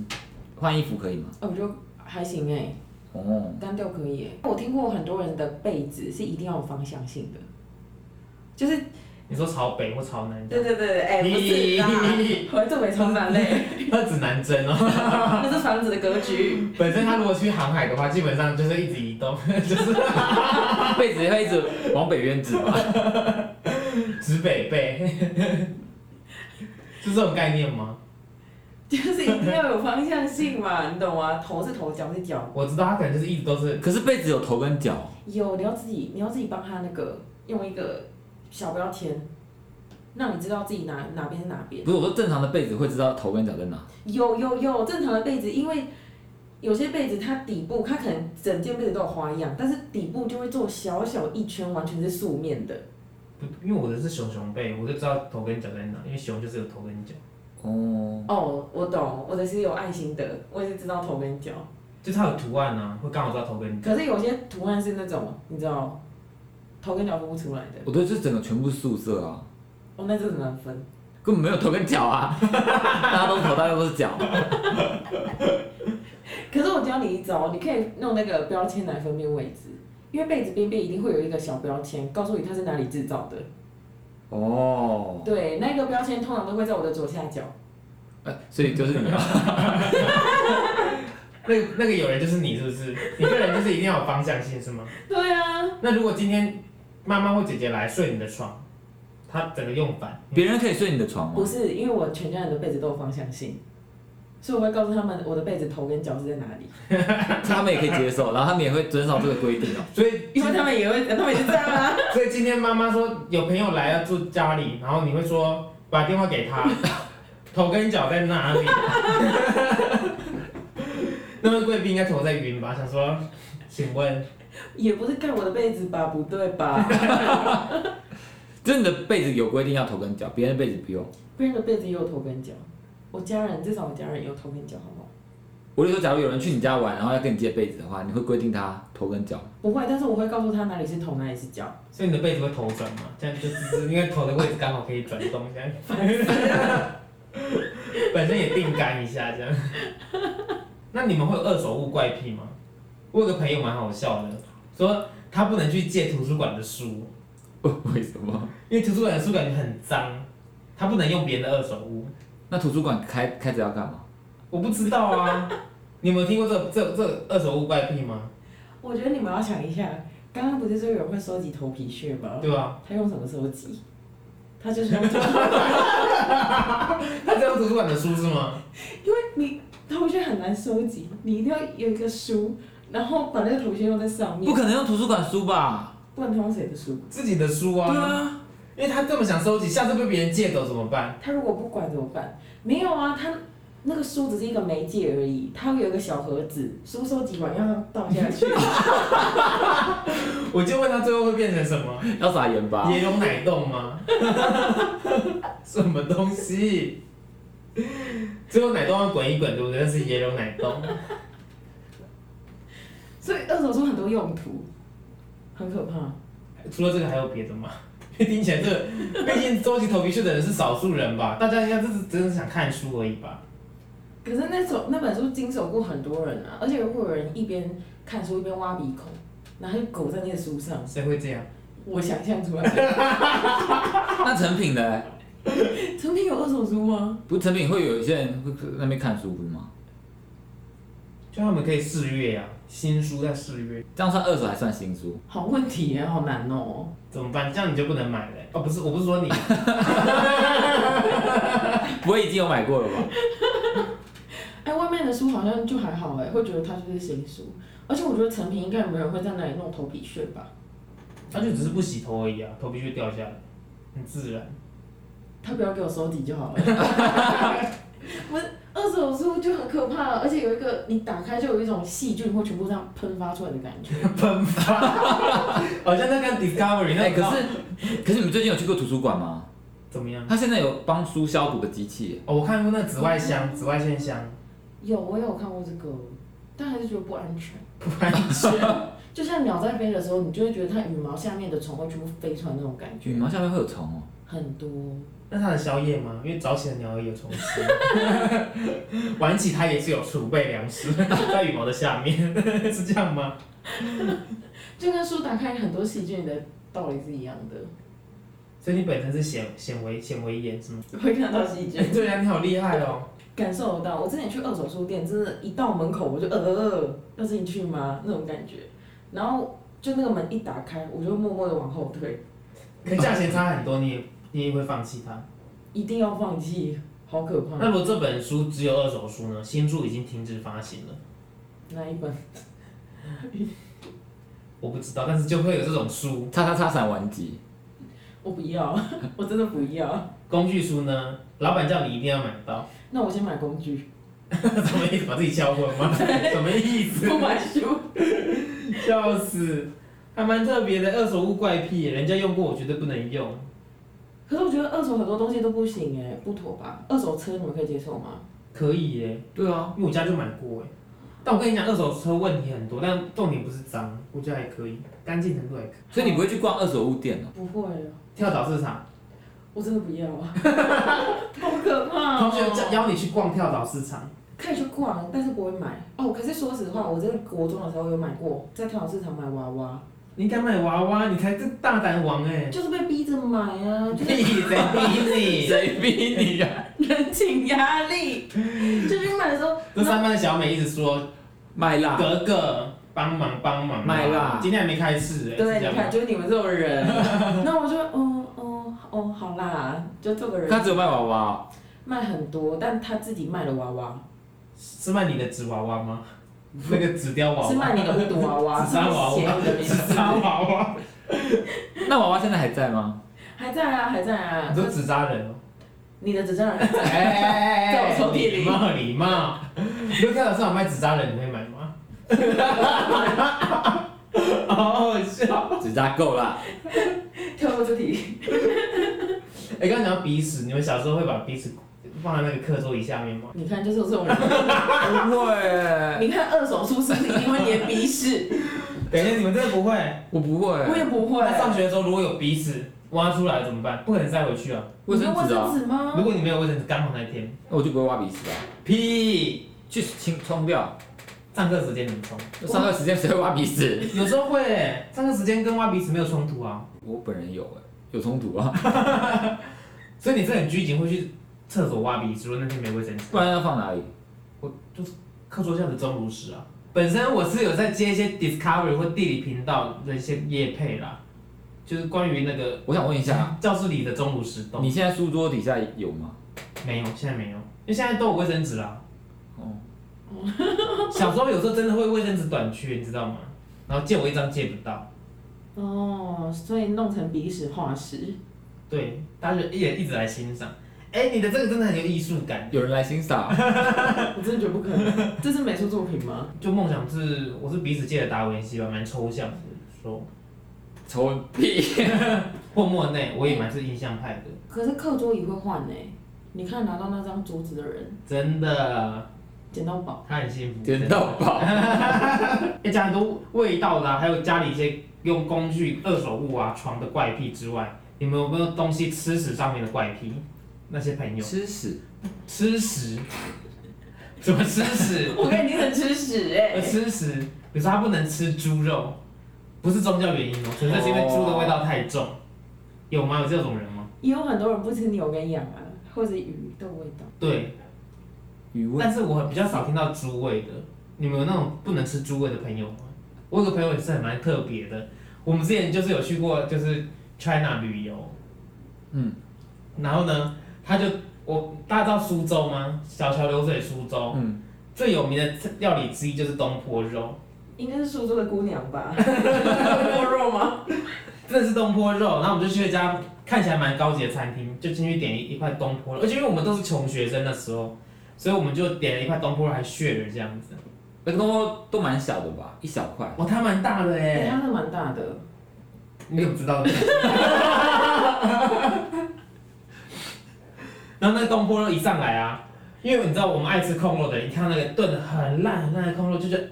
[SPEAKER 2] 换衣服可以吗？
[SPEAKER 3] 哦，我就还行哎、
[SPEAKER 2] 哦，
[SPEAKER 3] 单调可以欸。我听过很多人的被子是一定要有方向性的，就是
[SPEAKER 1] 你说朝北或朝南这
[SPEAKER 3] 对
[SPEAKER 1] 样，
[SPEAKER 3] 对对，哎、不是 啦，合作没从南 嘞，
[SPEAKER 1] 那指南针哦。
[SPEAKER 3] 那是房子的格局。
[SPEAKER 1] 本身他如果去航海的话，基本上就是一直移动， 就是
[SPEAKER 2] 被子会一直往北边指吗？
[SPEAKER 1] 指北背， 是这种概念吗？
[SPEAKER 3] 就是一定要有方向性嘛，你懂吗？头是头，脚是脚。
[SPEAKER 1] 我知道他可能就是一直都是
[SPEAKER 2] 可是被子有头跟脚，
[SPEAKER 3] 有，你要自己，你要自己帮他那个用一个小标签，让你知道自己哪哪边是哪边。
[SPEAKER 2] 不是我说正常的被子会知道头跟脚在哪。
[SPEAKER 3] 有有有，正常的被子，因为有些被子它底部它可能整件被子都有花样，但是底部就会做小小一圈，完全是素面的。
[SPEAKER 1] 不，因为我的是熊熊背，我就知道头跟脚在哪，因为熊就是有头跟脚，
[SPEAKER 2] 哦，
[SPEAKER 3] 哦，我懂，我的是有爱心的，我也是知道头跟脚。
[SPEAKER 1] 就它有图案啊，会刚好知道头跟脚。
[SPEAKER 3] 可是有些图案是那种你知道，头跟脚分不出来的，
[SPEAKER 2] 我对这整个全部宿舍啊，
[SPEAKER 3] 哦，那这很难分。
[SPEAKER 2] 根本没有头跟脚啊， 大家都头，大家都是脚。
[SPEAKER 3] 可是我教你一招，你可以弄那个标签来分辨位置，因为被子边边一定会有一个小标签，告诉你它是哪里制造的。
[SPEAKER 2] 哦，
[SPEAKER 3] 对，那个标签通常都会在我的左下角。
[SPEAKER 2] 哎，所以就是你啊。
[SPEAKER 1] 那那个有人就是你是不是？你个人就是一定要有方向性是吗？
[SPEAKER 3] 对啊，
[SPEAKER 1] 那如果今天妈妈或姐姐来睡你的床，她整个用反，
[SPEAKER 2] 别人可以睡你的床哦
[SPEAKER 3] 不
[SPEAKER 2] 吗？
[SPEAKER 3] 是，因为我全家人的被子都有方向性，所以我会告诉他们我的被子头跟脚是在哪里，
[SPEAKER 2] 他们也可以接受，然后他们也会遵守这个规定哦。
[SPEAKER 1] 所以
[SPEAKER 3] 因为他们也会，他们也是这样啊。
[SPEAKER 1] 所以今天妈妈说有朋友来要住家里，然后你会说把电话给他，头跟脚在哪里？ 那位贵宾应该头在晕吧？想说，请问
[SPEAKER 3] 也不是盖我的被子吧？不对吧？
[SPEAKER 2] 就是你的被子有规定要头跟脚，别人的被子不用。
[SPEAKER 3] 别人的被子也有头跟脚，我家人至少我家人也有头跟脚，好不好？
[SPEAKER 2] 我就说，假如有人去你家玩，然后要跟你借被子的话，你会规定他头跟脚吗？
[SPEAKER 3] 不会，但是我会告诉他哪里是头，哪里是脚。
[SPEAKER 1] 所以你的被子会头转吗？这样就是因为头的位置刚好可以转动，这样 本身也定干一下这样。那你们会有二手物怪癖吗？我有个朋友蛮好笑的，说他不能去借图书馆的书，
[SPEAKER 2] 为什么？
[SPEAKER 1] 因为图书馆的书感觉很脏，他不能用别人的二手物。
[SPEAKER 2] 那图书馆开开着要干嘛？
[SPEAKER 1] 我不知道啊， 你有没有听过这这这二手物怪癖吗？
[SPEAKER 3] 我觉得你们要想一下，刚刚不是说有人会收集头皮屑吗？
[SPEAKER 1] 对吧？
[SPEAKER 3] 他用什么收集？他就是用头，
[SPEAKER 1] 他在用图书馆的书是吗？
[SPEAKER 3] 因为你头皮屑很难收集，你一定要有一个书，然后把那个头皮屑用在上面。
[SPEAKER 2] 不可能用图书馆书吧？
[SPEAKER 3] 不能他用谁的书？
[SPEAKER 1] 自己的书
[SPEAKER 2] 对
[SPEAKER 1] 啊，
[SPEAKER 2] 啊，
[SPEAKER 1] 因为他这么想收集，下次被别人借走怎么办？
[SPEAKER 3] 他如果不管怎么办？没有啊，他那个书只是一个媒介而已，它会有一个小盒子，书收集完要倒下去。
[SPEAKER 1] 我就问他最后会变成什么？
[SPEAKER 2] 要撒盐吧？
[SPEAKER 1] 也有奶冻吗？ 什么东西？最后奶冻要滚一滚，对不对？那是也有奶冻。
[SPEAKER 3] 所以二手书很多用途，很可怕。
[SPEAKER 1] 除了这个还有别的吗？ 听起来这个，毕竟收集头皮屑的人是少数人吧？大家应该只是真的想看书而已吧？
[SPEAKER 3] 可是那首那本书经手过很多人啊，而且会有人一边看书一边挖鼻孔，然后就狗在那个书上。
[SPEAKER 1] 谁会这样？
[SPEAKER 3] 我想象出来，
[SPEAKER 2] 那成品的欸，
[SPEAKER 3] 成品有二手书吗？
[SPEAKER 2] 不是成品会有一些人会那边看书不是吗？
[SPEAKER 1] 就他们可以试阅啊，新书在试阅，
[SPEAKER 2] 这样算二手还算新书？
[SPEAKER 3] 好问题耶，好难哦、
[SPEAKER 1] 怎么办？这样你就不能买了欸、哦，不是，我不是说你，
[SPEAKER 2] 不会已经有买过了吧？
[SPEAKER 3] 哎，外面的书好像就还好哎，会觉得它就是新书，而且我觉得成品应该没有人会在那里弄头皮屑吧？
[SPEAKER 1] 他就只是不洗头而已啊，头皮屑掉下来，很自然。
[SPEAKER 3] 他不要给我收集就好了。 不是二手书就很可怕了，而且有一个你打开就有一种细菌会全部这样喷发出来的感觉。
[SPEAKER 1] 喷发，好像在看 Discovery 那
[SPEAKER 2] 哎、
[SPEAKER 1] 种
[SPEAKER 2] 可是可是你们最近有嗯去过图书馆吗？
[SPEAKER 1] 怎么样？
[SPEAKER 2] 它现在有帮书消毒的机器
[SPEAKER 1] 哦，我看过那紫外香，紫外线香，
[SPEAKER 3] 有，我有看过这个，但还是觉得不安全。
[SPEAKER 1] 不然
[SPEAKER 3] 就像鸟在飞的时候，你就会觉得它羽毛下面的虫会全部飞出来那种感
[SPEAKER 2] 耶，羽
[SPEAKER 3] 觉，
[SPEAKER 2] 毛下面会有虫哦、
[SPEAKER 3] 很多。
[SPEAKER 1] 那它的宵夜吗？因为早起的鸟儿有虫吃， 晚起它也是有储备粮食 在羽毛的下面， 是这样吗？
[SPEAKER 3] 就跟书打开很多细菌的道理是一样的，
[SPEAKER 1] 所以你本身是显显微显微炎是吗？
[SPEAKER 3] 会看到细
[SPEAKER 1] 哎
[SPEAKER 3] 菌，
[SPEAKER 1] 对呀、你好厉害哦！
[SPEAKER 3] 感受得到。我之前去二手书店，真的，一到门口我就呃，要进去吗？那种感觉。然后就那个门一打开，我就默默的往后退，
[SPEAKER 1] 可价钱差很多，你也你也会放弃它。
[SPEAKER 3] 一定要放弃，好可怕。
[SPEAKER 1] 那如果这本书只有二手书呢？新书已经停止发行了，
[SPEAKER 3] 那一本？
[SPEAKER 1] 我不知道，但是就会有这种书。
[SPEAKER 2] 叉叉叉散玩集，
[SPEAKER 3] 我不要， 我真的不要。
[SPEAKER 1] 工具书呢，老板叫你一定要买到，
[SPEAKER 3] 那我先买工具，
[SPEAKER 1] 什么意思？把自己销魂吗？什么意思？
[SPEAKER 3] 不买书。
[SPEAKER 1] 笑死，还蛮特别的二手物怪癖，人家用过我绝对不能用。
[SPEAKER 3] 可是我觉得二手很多东西都不行哎、不妥吧？二手车你们可以接受吗？
[SPEAKER 1] 可以耶，哦
[SPEAKER 2] 对啊，
[SPEAKER 1] 因为我家就买过哎。但我跟你讲，二手车问题很多，但重点不是脏，我觉得还可以，干净程度还可以。
[SPEAKER 2] 所以你不会去逛二手物店哦、
[SPEAKER 3] 不会了，
[SPEAKER 1] 跳蚤市场，
[SPEAKER 3] 我真的不 要啊，好可怕、哦
[SPEAKER 1] 同学叫邀你去逛跳蚤市场，
[SPEAKER 3] 可以去逛，但是不会买哦。可是说实话，我在国中的时候有买过，在跳蚤市场买娃娃，
[SPEAKER 1] 你敢买娃娃？你才是大胆王哎！
[SPEAKER 3] 就是被逼着买啊， 就
[SPEAKER 1] 屁，谁逼 你？
[SPEAKER 2] 谁逼你啊？
[SPEAKER 3] 是人情压力。 就去买的时候，
[SPEAKER 1] 这上班的小美一直说，
[SPEAKER 2] 卖辣，
[SPEAKER 1] 格格帮忙帮忙啊，
[SPEAKER 2] 卖辣
[SPEAKER 1] 今天还没开市哎，
[SPEAKER 3] 对，
[SPEAKER 1] 是这样
[SPEAKER 3] 你
[SPEAKER 1] 吗
[SPEAKER 3] 看，就是你们这 种人。那我就哦哦哦，好啦，就做个人
[SPEAKER 2] 他只有卖娃娃哦、
[SPEAKER 3] 卖很多，但他自己卖的娃娃
[SPEAKER 1] 是卖你的纸娃娃吗？那个纸雕娃
[SPEAKER 3] 是
[SPEAKER 1] 娃，
[SPEAKER 3] 卖你的巫毒娃 娃，
[SPEAKER 1] 纸扎娃娃
[SPEAKER 3] 是写你的名
[SPEAKER 1] 纸
[SPEAKER 3] 字。
[SPEAKER 1] 扎娃娃。
[SPEAKER 2] 那娃娃现在还在吗？
[SPEAKER 3] 还在啊，还在啊
[SPEAKER 1] 你。说纸扎人哦？
[SPEAKER 3] 你的纸张人，
[SPEAKER 1] 哎哎哎
[SPEAKER 3] 在我抽屉里
[SPEAKER 1] 礼貌礼貌。你说跳蚤市场卖纸扎人，你会买吗？好好笑！
[SPEAKER 2] 纸扎够啦，
[SPEAKER 3] 跳过这题。
[SPEAKER 1] 哎、刚刚讲到鼻屎，你们小时候会把鼻屎放在那个课桌椅下面吗？
[SPEAKER 3] 你看，就是有这种人。
[SPEAKER 2] 不会，
[SPEAKER 3] 你看二手书是不是一定会粘鼻屎？
[SPEAKER 1] 等一下，你们真的不会？
[SPEAKER 2] 我不
[SPEAKER 3] 我也
[SPEAKER 2] 会，
[SPEAKER 3] 不会。
[SPEAKER 1] 那上学的时候如果有鼻屎挖出来怎么办？不可能塞回去啊！
[SPEAKER 2] 卫生纸啊，
[SPEAKER 3] 纸吗
[SPEAKER 1] 如？果你没有卫生纸，刚好那天，
[SPEAKER 2] 那我就不会挖鼻屎啊，
[SPEAKER 1] 屁！
[SPEAKER 2] 去清冲掉。
[SPEAKER 1] 上课时间怎么冲？
[SPEAKER 2] 上课时间谁会挖鼻屎？
[SPEAKER 1] 有时候会、欸，上课时间跟挖鼻屎没有冲突啊，
[SPEAKER 2] 我本人有哎、有冲突啊，
[SPEAKER 1] 所以你是很拘谨，会去厕所挖鼻屎。如果那天没卫生纸。
[SPEAKER 2] 不然要放哪里？
[SPEAKER 1] 课桌下的钟乳石啊。本身我是有在接一些 Discovery 或地理频道的一些业配啦，就是关于那个
[SPEAKER 2] 我想问一下，
[SPEAKER 1] 教室里的钟乳石洞
[SPEAKER 2] 你现在书桌底下有吗？
[SPEAKER 1] 没有，现在没有，因为现在都有卫生纸啦。
[SPEAKER 2] 哦，
[SPEAKER 1] 小时候有时候真的会卫生纸短缺，你知道吗？然后借我一张借不到，
[SPEAKER 3] 哦，所以弄成鼻屎化石。
[SPEAKER 1] 对，大家就一人一直来欣赏。哎，你的这个真的很有艺术感。
[SPEAKER 2] 有人来欣赏，
[SPEAKER 3] 我真的觉得不可能，这是美术作品吗？
[SPEAKER 1] 就梦想是，我是鼻子界的达文西吧，蛮抽象的。说
[SPEAKER 2] 臭屁！
[SPEAKER 1] 或莫内，我也蛮是印象派的，
[SPEAKER 3] 可是课桌椅会换呢、你看拿到那张桌子的人
[SPEAKER 1] 真的，
[SPEAKER 3] 捡到宝，
[SPEAKER 1] 他很幸福。
[SPEAKER 2] 捡到宝，
[SPEAKER 1] 哎，加很多味道啦、还有家里一些用工具、二手物啊、床的怪癖之外，你们有没有东西吃食上面的怪癖？那些朋友
[SPEAKER 2] 吃屎！
[SPEAKER 1] 吃食，怎么吃屎？
[SPEAKER 3] 我跟你已经很吃屎哎、
[SPEAKER 1] 呃，吃食，比如说他不能吃猪肉，不是宗教原因哦，纯粹是因为猪的味道太重。有吗？有这种人吗？
[SPEAKER 3] 也有很多人不吃牛跟羊啊，或者鱼的味道。
[SPEAKER 1] 对，
[SPEAKER 2] 余味
[SPEAKER 1] 但是我比较少听到猪味的。你们有那种不能吃猪味的朋友吗？我有个朋友也是很蛮特别的，我们之前就是有去过就是 China 旅游，
[SPEAKER 2] 嗯，
[SPEAKER 1] 然后呢，他就我大家知道苏州吗？小桥流水苏州，
[SPEAKER 2] 嗯，
[SPEAKER 1] 最有名的料理之一就是东坡肉，
[SPEAKER 3] 应该是苏州的姑娘 吧？摸肉吗？
[SPEAKER 1] 真的是东坡肉，然后我们就去了一家看起来蛮高级的餐厅，就进去点一一块东坡肉，而且因为我们都是穷学生那时候，所以我们就点了一块东坡肉还血了这样子，
[SPEAKER 2] 那个东西都蛮小的吧，一小块。
[SPEAKER 1] 哇，它蛮大的
[SPEAKER 3] 哎、
[SPEAKER 1] 哎、
[SPEAKER 3] 它是蛮大的，
[SPEAKER 1] 你怎么知 道的？然后那个东坡肉一上来啊，因为你知道我们爱吃控肉的人，你看到那个炖的很烂很烂的控肉，就觉得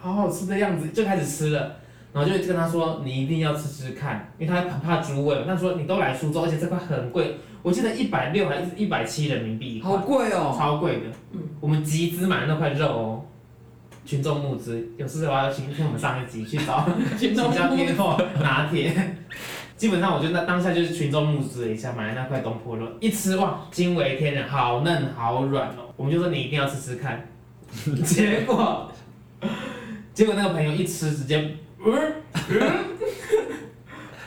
[SPEAKER 1] 好好吃的样子，就开始吃了。然后就跟他说：“你一定要吃吃看，因为他很怕猪味嘛。”他说：“你都来苏州，而且这块很贵，我记得一百六还是一百七人民币一块
[SPEAKER 2] 好，贵哦！
[SPEAKER 1] 超贵的。
[SPEAKER 3] 嗯
[SPEAKER 1] 我们集资买了那块肉哦，群众募资，有事的话请听我们上一集去找 新
[SPEAKER 3] 群众
[SPEAKER 1] 疆天后拿铁。基本上，我觉得当下就是群众募资了一下，买了那块东坡肉，一吃哇，惊为天人，好嫩好软哦。我们就说你一定要吃吃看，结果，结果那个朋友一吃，直接，嗯嗯，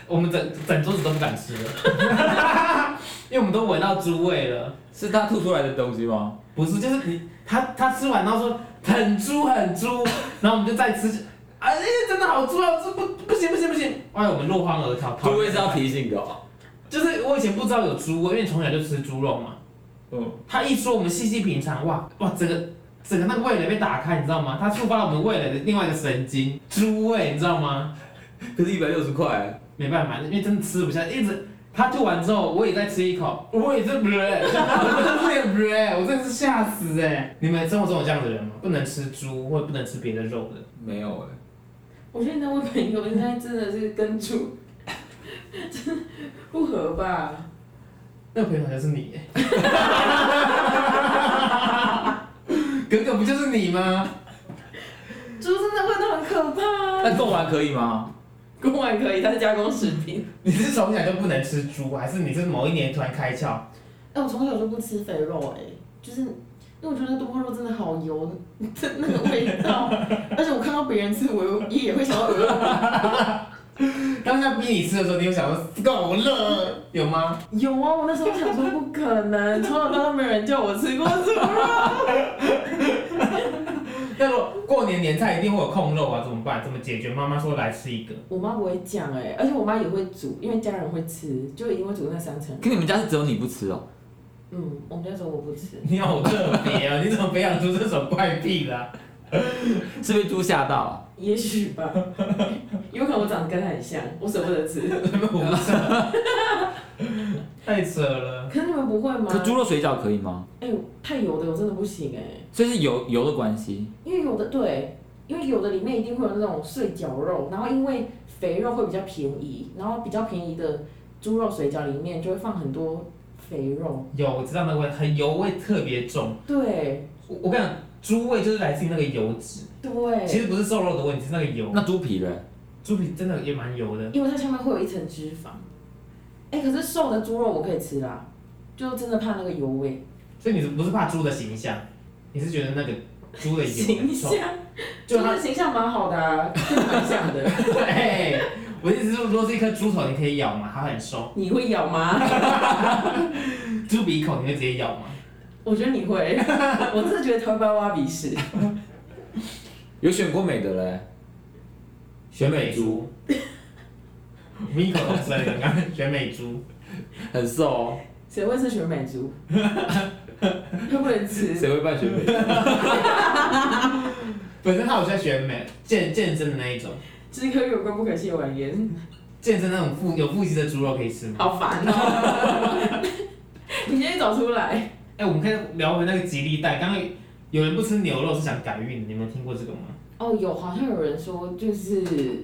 [SPEAKER 1] 我们整整桌子都不敢吃了， 因为我们都闻到猪味了。
[SPEAKER 2] 是他吐出来的东西吗？
[SPEAKER 1] 不是，就是你他他吃完然后说很猪很猪，然后我们就再吃，哎、真的好猪啊，这不不行不行不行，哎我们落荒而逃。
[SPEAKER 2] 猪味是要，提醒的哦。
[SPEAKER 1] 就是我以前不知道有猪味，因为从小就吃猪肉嘛。
[SPEAKER 2] 嗯，
[SPEAKER 1] 他一说我们细细品尝，哇哇，整个整个那个味蕾被打开，你知道吗？它触发了我们味蕾的另外一个神经，猪味，你知道吗？
[SPEAKER 2] 可是一百六十块，
[SPEAKER 1] 没办法，因为真的吃不下，一直他吐完之后，我也再吃一口，我也是不 嘞，我真是不嘞，我真的是吓死哎、你们生活中有这样的人吗？不能吃猪或不能吃别的肉的，
[SPEAKER 2] 没有哎。
[SPEAKER 3] 我觉得你那位朋友应该真的是跟猪 真的不合吧？
[SPEAKER 1] 那个朋友好像是你哎、耿耿不就是你吗？
[SPEAKER 3] 猪真的味道很可怕、啊。
[SPEAKER 2] 那贡丸可以吗？
[SPEAKER 3] 公碗可以，它是加工食品。
[SPEAKER 1] 你是从小就不能吃猪，还是你是某一年突然开窍？
[SPEAKER 3] 哎、我从小就不吃肥肉、哎，就是因为我觉得那东坡肉真的好油， 那个味道，而且我看到别人吃，我也也会想要 呃
[SPEAKER 1] 当下逼你吃的时候，你有想说够了有吗？
[SPEAKER 3] 有啊，我那时候想说不可能，从小到大没有人叫我吃过猪肉。
[SPEAKER 1] 那如果过年年菜一定会有控肉啊，怎么办？怎么解决？妈妈说来吃一个。
[SPEAKER 3] 我妈不会讲哎、而且我妈也会煮，因为家人会吃，就一定会煮那三层。
[SPEAKER 2] 可你们家是只有你不吃哦？
[SPEAKER 3] 嗯，我们那时候我不吃，
[SPEAKER 1] 你好特别啊！你怎么培养出这种怪癖啊 啦、
[SPEAKER 2] 是被猪吓到啊？
[SPEAKER 3] 也许吧， 有可能我长得跟她很像，我舍不得吃。
[SPEAKER 1] 太扯了。
[SPEAKER 3] 可是你们不会吗？
[SPEAKER 2] 可猪肉水饺可以吗？
[SPEAKER 3] 哎、呦，太油的我真的不行哎、
[SPEAKER 2] 所以是油油的关系。
[SPEAKER 3] 因为有的对，因为有的里面一定会有那种碎绞肉，然后因为肥肉会比较便宜，然后比较便宜的猪肉水饺里面就会放很多肥肉。
[SPEAKER 1] 有，我知道那个味，很油味特别重。
[SPEAKER 3] 对
[SPEAKER 1] 我我跟你讲，猪味就是来自于那个油脂，其
[SPEAKER 3] 对，
[SPEAKER 1] 实不是瘦肉的问题，是那个油。
[SPEAKER 2] 那猪皮嘞？
[SPEAKER 1] 猪皮真的也蛮油的，
[SPEAKER 3] 因为它下面会有一层脂肪。哎、可是瘦的猪肉我可以吃啦，就真的怕那个油味。
[SPEAKER 1] 所以你是不是怕猪的形象，你是觉得那个猪的油
[SPEAKER 3] 形
[SPEAKER 1] 很臭？
[SPEAKER 3] 象，
[SPEAKER 1] 就
[SPEAKER 3] 就
[SPEAKER 1] 它
[SPEAKER 3] 是形象蛮好的、啊，跟你蛮像 的。
[SPEAKER 1] 对，我的意思是，如果是一颗猪头，你可以咬吗？它很瘦。
[SPEAKER 3] 你会咬吗？
[SPEAKER 1] 猪鼻孔，你会直接咬吗？
[SPEAKER 3] 我觉得你会， 我真的觉得台湾挖鼻屎。
[SPEAKER 2] 有选过美的嘞？选美猪。
[SPEAKER 1] 我们一口同声，刚刚选美猪。
[SPEAKER 2] 很瘦哦，
[SPEAKER 3] 谁会吃全美猪？又不能吃，
[SPEAKER 2] 谁会办选美？
[SPEAKER 1] 本身他有在选美健健身的那一种，
[SPEAKER 3] 吃一颗有关不可亵玩焉，
[SPEAKER 1] 健身那种腹有腹肌的猪肉可以吃吗？
[SPEAKER 3] 好烦哦、 你今天找出来，
[SPEAKER 1] 哎、我们可以聊回那个吉利带。刚刚有人不吃牛肉是想改运的，你们有听过这个吗？
[SPEAKER 3] 哦，有好像有人说，就是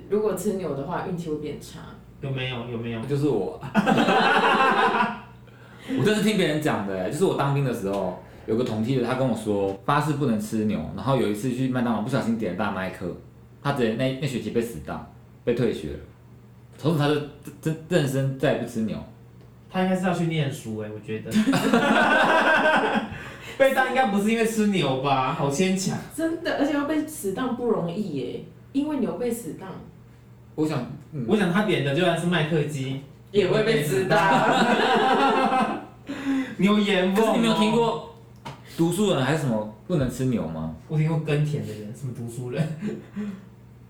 [SPEAKER 3] 如果吃牛的话，运气会变差。
[SPEAKER 1] 有没有？有没有？
[SPEAKER 2] 就是我， 我这是听别人讲的，欸就是我当兵的时候，有个同梯的，他跟我说发誓不能吃牛，然后有一次去麦当劳不小心点了大麦克，他直接那那学期被死当，被退学了，从此他就真认真再也不吃牛。
[SPEAKER 1] 他应该是要去念书哎、我觉 得。被当应该不是因为吃牛吧？好牵强。
[SPEAKER 3] 真的，而且要被死当不容易耶，因为牛被死当
[SPEAKER 2] 我想，嗯，
[SPEAKER 1] 我想他点的就算是麦克鸡，
[SPEAKER 3] 也会被死当。
[SPEAKER 1] 牛啊眼
[SPEAKER 2] 可
[SPEAKER 1] 凤、
[SPEAKER 2] 是你没有听？过读书人还是什么不能吃牛吗？
[SPEAKER 1] 我听过耕田的人，什么读书人，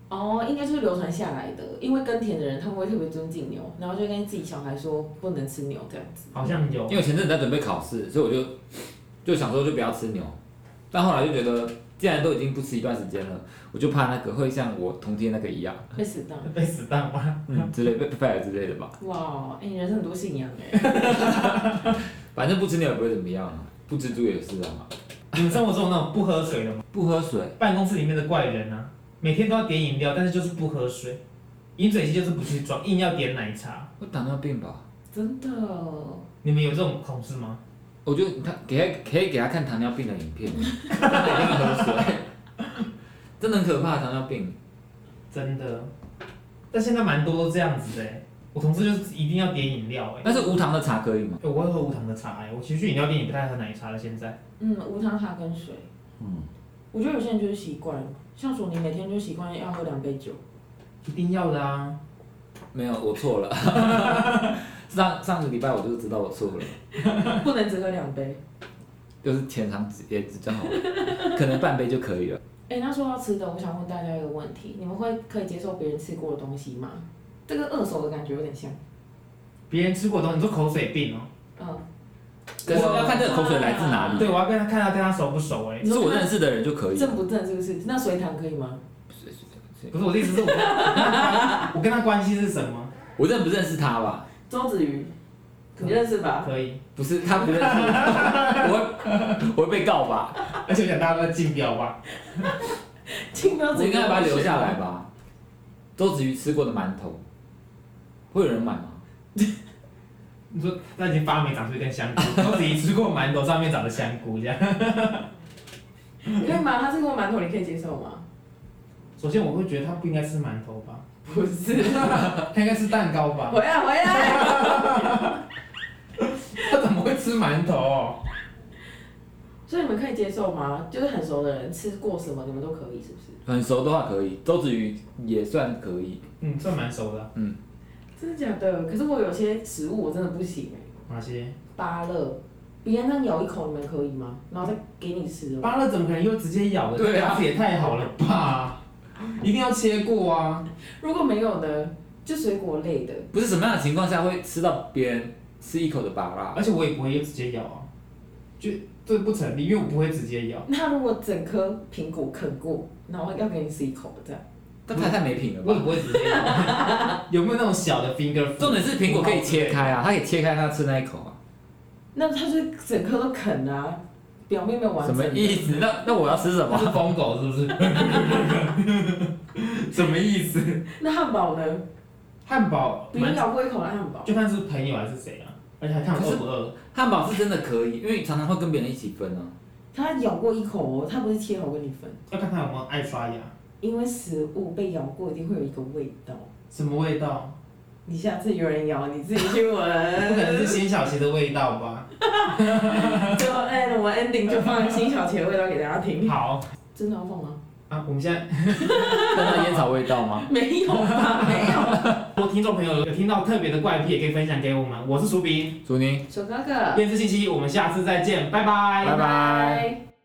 [SPEAKER 3] 哦，应该就是流传下来的，因为耕田的人他们会特别尊敬牛，然后就跟自己小孩说不能吃牛这样子。
[SPEAKER 1] 好像有
[SPEAKER 2] 因。为我前阵子在准备考试，所以我就就想说就不要吃牛，但后来就觉得既然都已经不吃一段时间了，我就怕那个会像我同天那个一样，
[SPEAKER 3] 被死当，
[SPEAKER 1] 被死当吗？
[SPEAKER 2] 嗯，之类被被 fire 之类的吧。
[SPEAKER 3] 哇，哎、你人生很多信仰哎。
[SPEAKER 2] 反正不吃牛也不会怎么样啊，不吃猪也是啊。
[SPEAKER 1] 你们生活中有那种不喝水的吗？
[SPEAKER 2] 不喝水，
[SPEAKER 1] 办公室里面的怪人啊，每天都要点饮料，但是就是不喝水，饮水机就是不去装，硬要点奶茶。
[SPEAKER 2] 我糖尿病吧？
[SPEAKER 3] 真的，
[SPEAKER 1] 你们有这种同事吗？
[SPEAKER 2] 我就他给他可以给他看糖尿病的影片， 他一定喝水，真的很可怕糖尿病。
[SPEAKER 1] 真的，但现在蛮多都这样子的欸、我同事就是一定要点饮料哎、
[SPEAKER 2] 但是无糖的茶可以吗？
[SPEAKER 1] 欸我会喝无糖的茶哎、我其实去饮料店也不太喝奶茶了。现在
[SPEAKER 3] 嗯，无糖茶跟水。
[SPEAKER 2] 嗯，
[SPEAKER 3] 我觉得有些人就是习惯，像索尼每天就习惯要喝两杯酒。
[SPEAKER 1] 一定要的啊，
[SPEAKER 2] 没有，我错了。 上上个礼拜我就知道我错了。
[SPEAKER 3] 不能只喝两杯。
[SPEAKER 2] 就是浅尝即也只就好了，可能半杯就可以了。
[SPEAKER 3] 哎、那说到吃的，我想问大家一个问题：你们会可以接受别人吃过的东西吗？这跟二手的感觉有点像。
[SPEAKER 1] 别人吃过的东西，你说口水病哦、
[SPEAKER 3] 嗯，
[SPEAKER 2] 但是要看这个口水来自哪里，
[SPEAKER 1] 对，我要跟他看他跟他熟不熟哎、
[SPEAKER 3] 你
[SPEAKER 2] 是
[SPEAKER 3] 说
[SPEAKER 2] 我
[SPEAKER 3] 看
[SPEAKER 2] 认识的人就可以了。
[SPEAKER 3] 正不正是不是？那随堂可以吗？
[SPEAKER 1] 不是我的意思是我跟他我跟他关系是什么？
[SPEAKER 2] 我认不认识他吧？
[SPEAKER 3] 周子瑜，
[SPEAKER 1] 可以
[SPEAKER 3] 你认识 吧？
[SPEAKER 1] 可以，
[SPEAKER 2] 不是，他不认识我，我会 我会被告吧？
[SPEAKER 1] 而且我想大家都在竞标吧，
[SPEAKER 3] 请不要
[SPEAKER 2] 我应该把它留下来。吧。周子瑜吃过的馒头，会有人买吗？
[SPEAKER 1] 你说他已经发霉长出一根香菇，周子怡吃过馒头上面长的香菇这样。
[SPEAKER 3] 可以吗？他吃过馒头，你可以接受吗？
[SPEAKER 1] 首先我会觉得他不应该吃馒头吧，
[SPEAKER 3] 不是，
[SPEAKER 1] 他应该吃蛋糕吧，
[SPEAKER 3] 回来回来。
[SPEAKER 1] 他怎么会吃馒头、
[SPEAKER 3] 所以你们可以接受吗？就是很熟的人吃过什么，你们都可以，是不是？
[SPEAKER 2] 很熟的话可以，周子瑜也算可以。
[SPEAKER 1] 嗯，算蛮熟的啊。
[SPEAKER 3] 真的假的？可是我有些食物我真的不行哎、
[SPEAKER 1] 哪些？
[SPEAKER 3] 芭乐，别人那咬一口，你们可以吗？然后再给你吃哦。
[SPEAKER 1] 芭乐怎么可能又直接咬的？
[SPEAKER 2] 对啊
[SPEAKER 1] 牙齿也太好了吧！一定要切过啊！
[SPEAKER 3] 如果没有呢，就水果类的。
[SPEAKER 2] 不是什么样的情况下会吃到别人吃一口的粑粑？
[SPEAKER 1] 而且我也不会直接咬啊，就这不成立，因为我不会直接咬。
[SPEAKER 3] 那如果整颗苹果啃过，然后要给你吃一口这样，
[SPEAKER 2] 但太太没品了
[SPEAKER 1] 我也
[SPEAKER 2] 吧？
[SPEAKER 1] 不会直接咬。 有没有那种小的 finger？food？
[SPEAKER 2] 重点是苹果可以切开啊，他可以切开他吃那一口啊。
[SPEAKER 3] 那它就整颗都啃啊，表面没有完
[SPEAKER 2] 什
[SPEAKER 3] 整
[SPEAKER 2] 么
[SPEAKER 3] 的。
[SPEAKER 2] 意思？那那我要吃什
[SPEAKER 1] 它
[SPEAKER 2] 么？
[SPEAKER 1] 是疯狗是不 是？什么意思？
[SPEAKER 3] 那汉堡呢？
[SPEAKER 1] 汉堡
[SPEAKER 3] 别
[SPEAKER 1] 蛮
[SPEAKER 3] 人咬过一口的汉堡，
[SPEAKER 1] 就看是朋友还是谁啊，而且还看我饿不饿。
[SPEAKER 2] 汉堡是真的可以，因为常常会跟别人一起 分啊。
[SPEAKER 3] 它咬过一口哦，它不是切好跟你分，
[SPEAKER 1] 要看他有没有爱刷牙，
[SPEAKER 3] 因为食物被咬过一定会有一个味道。
[SPEAKER 1] 什么味道？
[SPEAKER 3] 你下次有人咬，你自己去
[SPEAKER 1] 不可能是
[SPEAKER 3] 闻。
[SPEAKER 1] 辛晓琪的味道吧？
[SPEAKER 3] 就哎，我们 ending 就放辛晓琪的味道给大家听。
[SPEAKER 1] 好
[SPEAKER 3] 真的要放吗？
[SPEAKER 1] 啊，我们现在
[SPEAKER 2] 但它烟草味道吗？
[SPEAKER 3] 没有吧，没有。
[SPEAKER 1] 如果听众朋友有听到特别的怪癖，也可以分享给我们。我是苏斌，
[SPEAKER 2] 楚宁，
[SPEAKER 3] 小哥哥，
[SPEAKER 1] 电视信息，我们下次再见，拜拜
[SPEAKER 2] 拜拜。